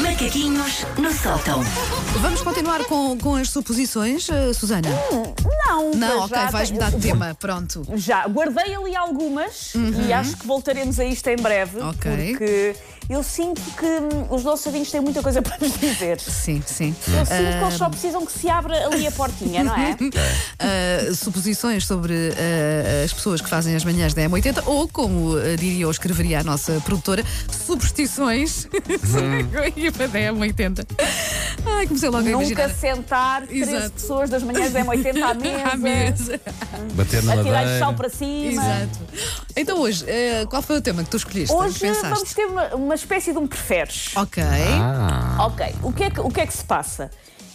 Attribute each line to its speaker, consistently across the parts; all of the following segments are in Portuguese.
Speaker 1: Macaquinhos no sótão.
Speaker 2: Vamos continuar com, com as suposições, eh, Susana?
Speaker 3: Não,
Speaker 2: Não,
Speaker 3: mas
Speaker 2: ok,
Speaker 3: já
Speaker 2: vais
Speaker 3: tenho-
Speaker 2: mudar de tema. Pronto.
Speaker 3: Já, guardei ali algumas e acho que voltaremos a isto em breve.
Speaker 2: Uhum. Ok.
Speaker 3: Porque eu sinto que hum, os nossos ouvintes têm muita coisa para nos dizer.
Speaker 2: Sim, sim.
Speaker 3: Eu sinto que eles só precisam que se abra ali a portinha, não é?
Speaker 2: Ah, suposições sobre ah, as pessoas que fazem as manhãs da M80 ou, como ah, diria ou escreveria a nossa produtora, superstições sobre a equipa da M80. Ai, comecei logo a
Speaker 3: Nunca
Speaker 2: imaginar.
Speaker 3: sentar 13
Speaker 2: Exato.
Speaker 3: pessoas das manhãs da M80 à mesa,
Speaker 2: À mesa.
Speaker 4: Bater na
Speaker 3: a tirar sal
Speaker 4: madeira.
Speaker 3: para cima.
Speaker 2: Exato. Então hoje, ah, qual foi o tema que tu escolheste?
Speaker 3: Hoje
Speaker 2: Pensaste?
Speaker 3: vamos ter uma, uma espécie de um preferes.
Speaker 2: Ok.
Speaker 4: Ah,
Speaker 3: Ok, o que, é que, o que é que se passa?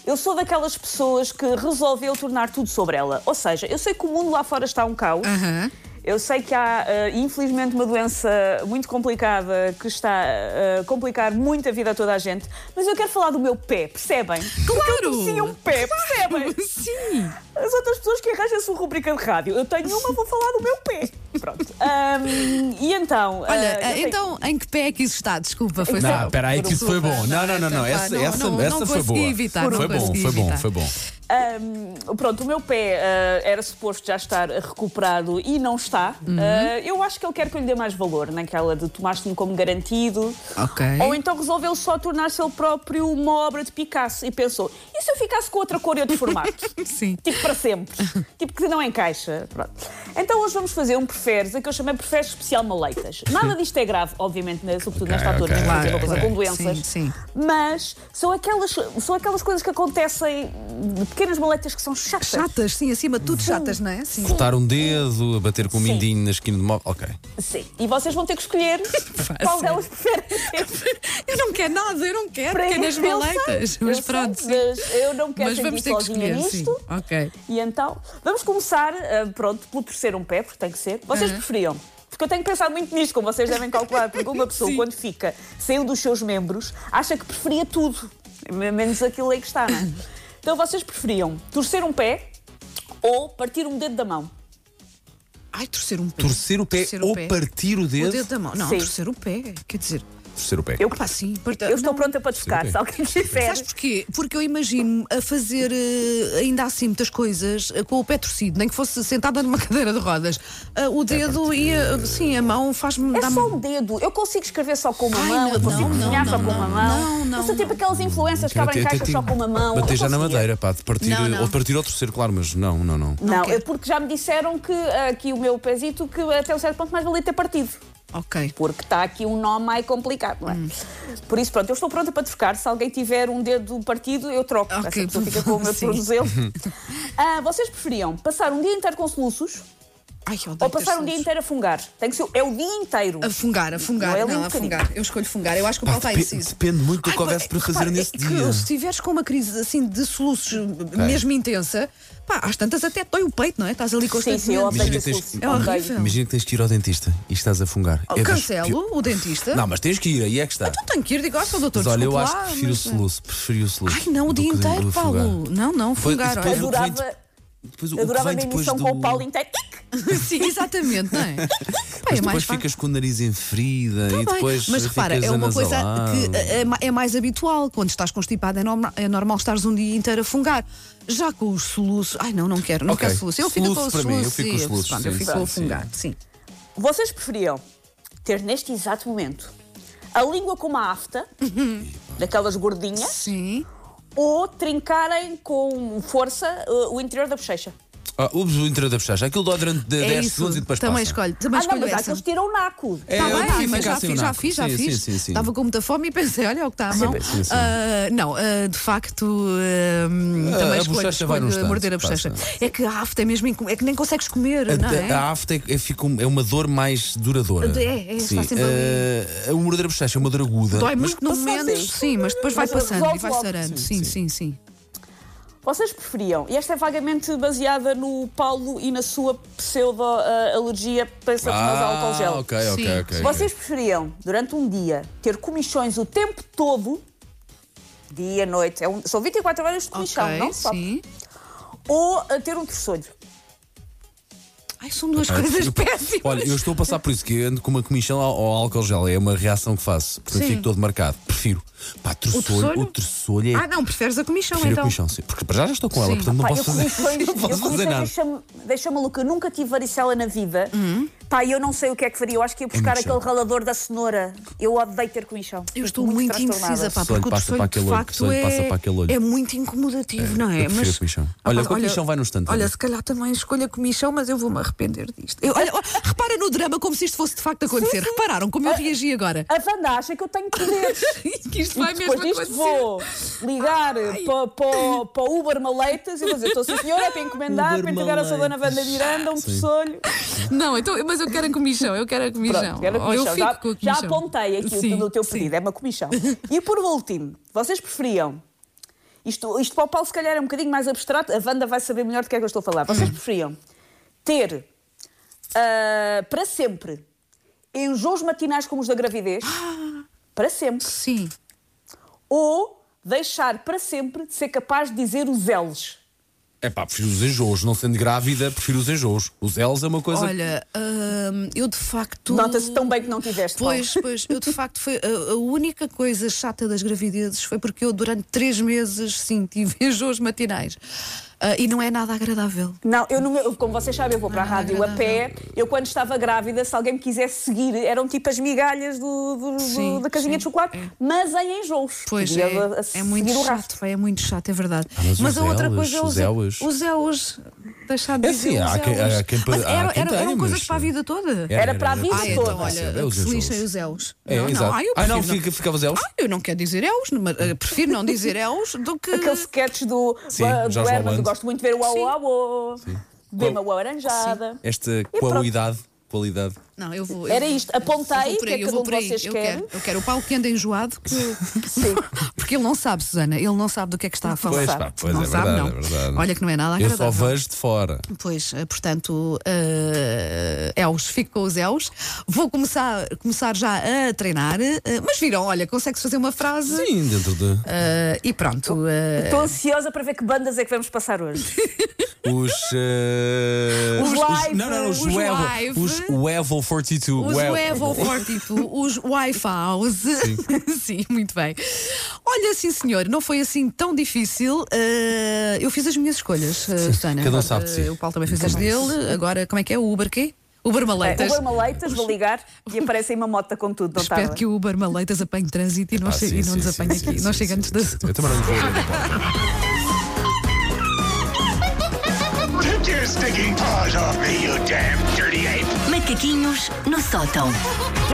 Speaker 3: Eu sou daquelas pessoas que resolveu tornar tudo sobre ela. Ou seja, eu sei que o mundo lá fora está um caos.
Speaker 2: Aham.
Speaker 3: Eu sei que há, eh, infelizmente, uma doença muito complicada que está eh, a complicar muito a vida a toda a gente. Mas eu quero falar do meu pé, percebem? Porque eu um
Speaker 2: Claro!
Speaker 3: torci um pé, percebem?
Speaker 2: Sim.
Speaker 3: As outras pessoas que arranjam a sua rubrica de rádio. Eu tenho uma, vou falar do meu pé. Pronto. Ahm, e então...
Speaker 2: Olha,
Speaker 3: eh, eu
Speaker 2: ah,
Speaker 3: sei-
Speaker 2: então em que pé é que isso está? Desculpa, foi
Speaker 4: não, espera aí que isso foi bom. Não, não, não, não.
Speaker 2: Epá,
Speaker 4: Essa,
Speaker 2: não,
Speaker 4: essa,
Speaker 2: um não, não
Speaker 4: essa foi
Speaker 2: consegui
Speaker 4: boa.
Speaker 2: evitar, não
Speaker 4: foi bom,
Speaker 2: consegui
Speaker 4: foi bom,
Speaker 2: evitar.
Speaker 4: foi bom.
Speaker 3: Ahm, pronto, o meu pé ah, era suposto já estar recuperado e não está. Ah, eu acho que ele quer que eu lhe dê mais valor naquela de tomaste-me como garantido.
Speaker 2: Ok.
Speaker 3: Ou então resolveu só tornar-se ele próprio uma obra de Picasso e pensou: e se eu ficasse com outra cor e outro formato?
Speaker 2: Sim.
Speaker 3: Tipo para sempre. tipo que não encaixa. Pronto. Então hoje vamos fazer um preferes, a que eu chamei preferes especial maleitas. Nada disto é grave, obviamente, né, sobretudo
Speaker 4: Ok,
Speaker 3: nesta altura,
Speaker 4: ok,
Speaker 3: temos
Speaker 2: ok,
Speaker 3: uma coisa
Speaker 2: ok.
Speaker 3: com doenças.
Speaker 2: Sim, sim.
Speaker 3: Mas são aquelas, são aquelas coisas que acontecem, pequenas maleitas que são chatas.
Speaker 2: Chatas, sim, acima de tudo chatas, não é? Sim.
Speaker 4: Cortar um dedo, a bater com o
Speaker 3: Sim.
Speaker 4: mindinho na esquina do móvel. Ok.
Speaker 3: Sim. E vocês vão ter que escolher qual delas preferem.
Speaker 2: Eu não quero nada, eu não quero
Speaker 3: Para
Speaker 2: pequenas
Speaker 3: eu sei,
Speaker 2: maleitas.
Speaker 3: eu
Speaker 2: Mas
Speaker 3: sei,
Speaker 2: pronto, sim.
Speaker 3: mas eu não quero
Speaker 2: Mas
Speaker 3: sentir
Speaker 2: vamos ter que
Speaker 3: sozinha
Speaker 2: escolher, sim.
Speaker 3: nisto.
Speaker 2: Ok.
Speaker 3: E então, vamos começar, ah, pronto, pelo terceiro um pé, porque tem que ser.
Speaker 2: Uhum.
Speaker 3: Vocês preferiam? Porque eu tenho pensado muito nisto, como vocês devem calcular, porque uma pessoa,
Speaker 2: Sim.
Speaker 3: quando fica sem um dos seus membros, acha que preferia tudo, men- menos aquilo aí que está, não é? Então, vocês preferiam torcer um pé ou partir um dedo da mão?
Speaker 2: Ai, torcer um pé.
Speaker 4: Torcer o pé
Speaker 2: Torcer o
Speaker 4: ou
Speaker 2: pé.
Speaker 4: partir o
Speaker 2: O
Speaker 4: dedo.
Speaker 2: dedo da mão. Não,
Speaker 3: Sim.
Speaker 2: torcer o pé. Quer dizer,
Speaker 4: Torcer o pé.
Speaker 2: pá, sim. Parte...
Speaker 3: Eu estou
Speaker 2: não.
Speaker 3: pronta para tocar,
Speaker 4: Sim, ok.
Speaker 3: se alguém quiser.
Speaker 2: Sabes porquê? Porque eu imagino a fazer eh, ainda assim muitas coisas eh, com o pé torcido, nem que fosse sentada numa cadeira de rodas. Ah,
Speaker 4: É,
Speaker 2: o dedo e a, sim, a mão faz-me
Speaker 3: É
Speaker 2: dá-me-
Speaker 3: só um dedo. Eu consigo escrever só com uma
Speaker 2: Ai,
Speaker 3: mão,
Speaker 2: não,
Speaker 3: eu consigo
Speaker 2: não,
Speaker 3: desenhar
Speaker 2: não,
Speaker 3: só
Speaker 2: não,
Speaker 3: com uma
Speaker 2: não,
Speaker 3: mão.
Speaker 2: não, não,
Speaker 3: eu sou tipo
Speaker 2: não.
Speaker 3: aquelas influências que abrem caixas só com uma mão.
Speaker 4: Bater
Speaker 3: Eu
Speaker 4: já na
Speaker 3: conseguia.
Speaker 4: madeira, pá, de partir
Speaker 2: Não, não.
Speaker 4: ou de partir ou torcer, claro, mas não, não, não.
Speaker 3: Não,
Speaker 2: quero.
Speaker 3: é porque já me disseram que ah, aqui o meu pezito, que até um certo ponto mais valia ter partido.
Speaker 2: Ok.
Speaker 3: Porque está aqui um nó mais complicado,
Speaker 4: Hum.
Speaker 3: não é? Por isso, pronto, eu estou pronta para trocar. Se alguém tiver um dedo partido, eu troco.
Speaker 2: Ok,
Speaker 3: Essa pessoa fica com o meu
Speaker 2: sim.
Speaker 3: tornozelo. Ah, vocês preferiam passar um dia inteiro com soluços
Speaker 2: Ai, eu
Speaker 3: ou
Speaker 2: odeio
Speaker 3: passar um
Speaker 2: torcer.
Speaker 3: dia inteiro a fungar? Tem que ser, é o dia inteiro.
Speaker 2: Afungar, afungar.
Speaker 3: Não é
Speaker 2: Não,
Speaker 3: ali um bocadinho.
Speaker 2: afungar. Eu escolho fungar. Eu acho que o Paulo está
Speaker 4: depe-
Speaker 2: indeciso.
Speaker 4: depende muito do
Speaker 2: Ai,
Speaker 4: que houvesse
Speaker 2: pá,
Speaker 4: para fazer
Speaker 2: repara,
Speaker 4: nesse
Speaker 2: é que
Speaker 4: dia.
Speaker 2: Se tiveres com uma crise assim de soluços mesmo intensa, pá, às tantas até dói o peito, não é? Estás ali com
Speaker 3: Sim, sim, eu assim.
Speaker 4: Imagina
Speaker 3: odeio
Speaker 4: que tens-
Speaker 3: soluços.
Speaker 2: É
Speaker 3: Odeio.
Speaker 2: horrível.
Speaker 4: Imagina que tens que ir ao dentista e estás a fungar. É das pior-
Speaker 2: Cancelo o dentista.
Speaker 4: Não, mas tens que ir, aí é que está.
Speaker 2: Então tenho que ir, digo, ah, sou doutor,
Speaker 4: Mas olha, eu
Speaker 2: desculpe
Speaker 4: acho que
Speaker 2: lá,
Speaker 4: prefiro o
Speaker 2: mas- eh,
Speaker 4: soluço, prefiro o soluço.
Speaker 2: Ai, não, o
Speaker 4: do
Speaker 2: dia
Speaker 4: que
Speaker 2: inteiro,
Speaker 4: afungar.
Speaker 2: Paulo. Não, não,
Speaker 4: Depois-
Speaker 2: fungar,
Speaker 4: depois
Speaker 2: olha.
Speaker 4: o que vem-
Speaker 3: Adorava-
Speaker 4: depois o que
Speaker 3: Eu adorava a
Speaker 4: vem
Speaker 3: minha
Speaker 4: depois
Speaker 3: emissão
Speaker 4: do-
Speaker 3: com o Paulo inteiro.
Speaker 2: Sim, exatamente, não é? Pá,
Speaker 4: Mas
Speaker 2: é mais
Speaker 4: depois
Speaker 2: fácil.
Speaker 4: ficas com o nariz em ferida e
Speaker 2: Tá bem,
Speaker 4: depois.
Speaker 2: mas repara,
Speaker 4: ficas
Speaker 2: é uma coisa
Speaker 4: anasalado.
Speaker 2: que é, é ma- é mais habitual. Quando estás constipado, é normal, é normal estares um dia inteiro a fungar. Já com os soluços. Ai, não, não quero, não
Speaker 4: Ok,
Speaker 2: quero soluço. Eu fico
Speaker 4: soluço
Speaker 2: com os
Speaker 4: para mim, eu
Speaker 2: soluços.
Speaker 4: fico com os
Speaker 2: e-
Speaker 4: soluços,
Speaker 2: Pronto, eu
Speaker 4: sim,
Speaker 2: fico
Speaker 4: sim,
Speaker 2: a
Speaker 4: sim.
Speaker 2: fungar, sim.
Speaker 3: Vocês preferiam ter neste exato momento a língua com uma afta, daquelas gordinhas,
Speaker 2: Sim.
Speaker 3: ou trincarem com força uh, o interior da bochecha?
Speaker 4: Ah, o interior da bochecha. Aquilo dá durante de-
Speaker 2: É
Speaker 4: 10
Speaker 2: isso.
Speaker 4: segundos e depois
Speaker 2: também
Speaker 4: passa.
Speaker 2: escolho, também
Speaker 3: ah, não,
Speaker 2: escolho
Speaker 3: mas há
Speaker 2: essa.
Speaker 3: aqueles tiram o naco.
Speaker 4: É,
Speaker 2: Tá
Speaker 4: eu
Speaker 2: bem,
Speaker 4: prefiro
Speaker 2: mas
Speaker 4: ficar
Speaker 2: já
Speaker 4: sem o
Speaker 2: fiz, já
Speaker 4: naco.
Speaker 2: fiz, já
Speaker 4: Sim,
Speaker 2: fiz.
Speaker 4: sim, sim, sim.
Speaker 2: Estava com muita fome e pensei, olha, é o que está à mão.
Speaker 4: sim, sim.
Speaker 2: Ah, não, ah, de facto, ah,
Speaker 4: Ah,
Speaker 2: também
Speaker 4: a
Speaker 2: escolho,
Speaker 4: bochecha vai
Speaker 2: escolho
Speaker 4: num instante,
Speaker 2: morder a bochecha.
Speaker 4: passa.
Speaker 2: É que a afta é mesmo, incom- é que nem consegues comer,
Speaker 4: A,
Speaker 2: não é?
Speaker 4: a- a afta é, é, fica um- é uma dor mais duradoura.
Speaker 2: É, é, está sempre
Speaker 4: Ah, o morder a bochecha é uma dor aguda.
Speaker 2: Dói
Speaker 4: mas
Speaker 2: muito no
Speaker 3: passar,
Speaker 2: momento,
Speaker 3: sim.
Speaker 2: sim, mas depois vai
Speaker 3: Mas
Speaker 2: passando
Speaker 3: resolve
Speaker 2: e vai
Speaker 3: logo.
Speaker 2: sarando. Sim, sim, sim.
Speaker 3: Vocês preferiam, e esta é vagamente baseada no Paulo e na sua pseudo-alergia para essa
Speaker 4: Ah,
Speaker 3: álcool gel.
Speaker 4: ok,
Speaker 2: Sim.
Speaker 4: ok, ok.
Speaker 3: Vocês preferiam, durante um dia, ter comichões o tempo todo, dia, noite, é um- são 24 horas de comichão,
Speaker 2: Ok,
Speaker 3: não só
Speaker 2: sim.
Speaker 3: ou a ter um terceiro.
Speaker 2: Ai, são duas
Speaker 4: Ah,
Speaker 2: coisas
Speaker 4: eu-
Speaker 2: péssimas.
Speaker 4: Olha, eu estou a passar por isso, que eu ando com uma comichão ao, ao álcool gel, é uma reação que faço. Portanto,
Speaker 2: Sim.
Speaker 4: fico todo marcado. Prefiro. Pá,
Speaker 2: tressolho?
Speaker 4: tressolho, o tressolho é.
Speaker 2: Ah, não, preferes a comichão
Speaker 4: prefiro
Speaker 2: então.
Speaker 4: a comichão, sim. Porque para já já estou com ela,
Speaker 2: Sim.
Speaker 4: portanto não
Speaker 3: Pá,
Speaker 4: posso
Speaker 3: eu
Speaker 4: fazer,
Speaker 3: comissões,
Speaker 4: não posso
Speaker 3: eu
Speaker 4: fazer
Speaker 3: comissões
Speaker 2: é
Speaker 4: nada.
Speaker 3: deixa-me deixa maluca. Eu nunca tive varicela na vida. Pá, eu não sei o que é que faria. Eu acho que ia buscar
Speaker 4: Hum? muito
Speaker 3: aquele
Speaker 4: chato.
Speaker 3: ralador da cenoura. Eu odeio ter comichão.
Speaker 2: Eu
Speaker 3: Fico
Speaker 2: estou muito, indecisa, pá,
Speaker 3: transtornada.
Speaker 4: Sonho
Speaker 2: porque o
Speaker 4: passa
Speaker 2: testemunho
Speaker 4: para
Speaker 2: de
Speaker 4: aquele olho,
Speaker 2: facto
Speaker 4: sonho
Speaker 2: é,
Speaker 4: passa para aquele olho.
Speaker 2: é muito incomodativo, não é?
Speaker 4: eu prefiro comichão.
Speaker 2: Ah,
Speaker 4: Olha,
Speaker 2: pá,
Speaker 4: com comichão vai no estante,
Speaker 2: Olha,
Speaker 4: olha.
Speaker 2: se calhar também escolha comichão, mas eu vou-me arrepender disto. Eu- olha, olha, repara no drama como se isto fosse de facto acontecer. Repararam como eu reagi agora?
Speaker 3: A Wanda acha que eu tenho poderes.
Speaker 2: que isto vai
Speaker 3: E
Speaker 2: mesmo
Speaker 3: depois disto
Speaker 2: acontecer.
Speaker 3: vou ligar para o Uber Maleitas e vou dizer: estou sim, senhora, é para encomendar,
Speaker 4: Uber
Speaker 3: para entregar ao Dona
Speaker 4: Maleitas.
Speaker 3: Wanda Miranda, um pessolho.
Speaker 2: Não, então, mas eu quero a comichão, eu quero a comichão.
Speaker 3: Pronto, era
Speaker 2: Ou eu
Speaker 3: comichão.
Speaker 2: fico
Speaker 3: já,
Speaker 2: com a
Speaker 3: já
Speaker 2: comichão.
Speaker 3: apontei aqui o-
Speaker 2: Sim,
Speaker 3: no teu
Speaker 2: sim.
Speaker 3: pedido, é uma comichão. E por último, vocês preferiam. Isto, isto para o Paulo, se calhar, é um bocadinho mais abstrato, a Wanda vai saber melhor do que é que eu estou a falar.
Speaker 2: Uhum.
Speaker 3: Vocês preferiam ter ah, para sempre enjoos matinais como os da gravidez,
Speaker 2: Ah!
Speaker 3: para sempre,
Speaker 2: Sim.
Speaker 3: ou deixar para sempre de ser capaz de dizer os L's?
Speaker 4: É pá, prefiro os enjoos. Não sendo grávida, prefiro os enjoos. Os elos é uma coisa.
Speaker 2: Olha, hum, eu de facto.
Speaker 3: Nota-se tão bem que não tiveste. Paulo.
Speaker 2: Pois, pois, eu de facto foi a, a única coisa chata das gravidezes foi porque eu durante três meses sim tive enjoos matinais Ah, e não é nada agradável.
Speaker 3: Não, eu no meu- como vocês sabem, eu vou para a rádio a pé. Eu, quando estava grávida, se alguém me quisesse seguir, eram tipo as migalhas do, do- do-
Speaker 2: Sim,
Speaker 3: da casinha
Speaker 2: sim,
Speaker 3: de chocolate,
Speaker 2: é.
Speaker 3: mas em enjoos.
Speaker 2: Pois
Speaker 3: Podia
Speaker 2: é,
Speaker 3: a- a
Speaker 2: é muito
Speaker 3: seguir o
Speaker 2: chato,
Speaker 3: rastro.
Speaker 2: pá, é muito chato, é verdade.
Speaker 4: Ah, mas
Speaker 2: mas
Speaker 4: os
Speaker 2: a outra
Speaker 4: elas,
Speaker 2: coisa é
Speaker 4: os elas.
Speaker 2: os elos, deixar de
Speaker 4: É
Speaker 2: dizer
Speaker 4: assim,
Speaker 2: os
Speaker 4: há quem-
Speaker 2: elos.
Speaker 4: há quem-
Speaker 2: Mas
Speaker 4: há
Speaker 2: era,
Speaker 4: quem
Speaker 2: era,
Speaker 4: tem,
Speaker 2: eram coisas
Speaker 4: mas-
Speaker 2: para a vida toda.
Speaker 3: Era para a vida
Speaker 2: Ah,
Speaker 3: toda.
Speaker 2: então, olha,
Speaker 4: É
Speaker 2: que
Speaker 4: os
Speaker 2: se
Speaker 4: enjoos.
Speaker 2: lixem os elos.
Speaker 4: É, exato.
Speaker 2: eu
Speaker 4: ah, não,
Speaker 2: prefiro
Speaker 4: fica, ficava os elos?
Speaker 2: Ah, eu não quero dizer elos, mas, eh, prefiro não dizer elos do que.
Speaker 3: Aquele sketch do,
Speaker 4: Sim,
Speaker 3: ba- do
Speaker 4: Jorge
Speaker 3: Herman, eu
Speaker 4: Hollande.
Speaker 3: gosto muito de ver o
Speaker 2: Sim.
Speaker 3: Au Au Au, dê-me a Laranjada.
Speaker 4: Esta
Speaker 3: E pronto.
Speaker 4: qualidade. Qualidade.
Speaker 2: Não, eu vou. eu
Speaker 3: Era
Speaker 2: vou-
Speaker 3: isto, apontei,
Speaker 2: Eu vou
Speaker 3: o
Speaker 2: por
Speaker 3: que é
Speaker 2: aí,
Speaker 3: que
Speaker 2: eu
Speaker 3: cada
Speaker 2: vou
Speaker 3: um
Speaker 2: por
Speaker 3: de
Speaker 2: aí.
Speaker 3: vocês
Speaker 2: Eu
Speaker 3: quer.
Speaker 2: quero, eu quero o Paulo que anda enjoado, que-
Speaker 3: Sim.
Speaker 2: porque ele não sabe, Susana, ele não sabe do que é que está a falar.
Speaker 4: Pois, pá, pois
Speaker 2: não
Speaker 4: é
Speaker 2: sabe,
Speaker 4: verdade,
Speaker 2: não.
Speaker 4: é verdade.
Speaker 2: Olha que não é nada
Speaker 4: Eu
Speaker 2: agradável.
Speaker 4: só vejo de fora.
Speaker 2: Pois, eh, portanto, eh, Els, fico com os Els. Vou começar, começar já a treinar, eh, mas viram, olha, consegue-se fazer uma frase
Speaker 4: Sim, dentro de.
Speaker 2: eh, e pronto. eh,
Speaker 4: É.
Speaker 3: Estou ansiosa para ver que bandas é que vamos passar hoje.
Speaker 4: Os. eh,
Speaker 3: Os live,
Speaker 4: Não, não, os,
Speaker 2: os
Speaker 4: Wevo.
Speaker 2: live.
Speaker 4: Os Wevo 42.
Speaker 2: Os
Speaker 4: Wevo.
Speaker 2: Wevo Fortitude, os Wi-Fi's. Sim. muito bem. Olha, sim, senhor, não foi assim tão difícil. Eh, eu fiz as minhas escolhas, eh, Susana.
Speaker 4: cada um sabe de si.
Speaker 2: Eh, O Paulo também fez as dele. Agora, como é que é? O Uber quê? Uber
Speaker 3: É,
Speaker 2: Maleitas.
Speaker 3: Uber Maleitas, vou ligar e aparece aí uma moto com tudo, não é?
Speaker 2: Espero
Speaker 3: estava?
Speaker 2: que o Uber Maleitas apanhe trânsito e não,
Speaker 4: Ah,
Speaker 2: che-
Speaker 4: sim,
Speaker 2: e não
Speaker 4: sim,
Speaker 2: nos
Speaker 4: sim,
Speaker 2: apanhe
Speaker 4: sim,
Speaker 2: aqui.
Speaker 4: sim,
Speaker 2: não
Speaker 4: sim,
Speaker 2: chega antes
Speaker 4: sim,
Speaker 2: das
Speaker 4: sim. Eu também não vou ver.
Speaker 1: Take your stinking paws off me, you damn dirty ape!
Speaker 5: Macaquinhos no sótão.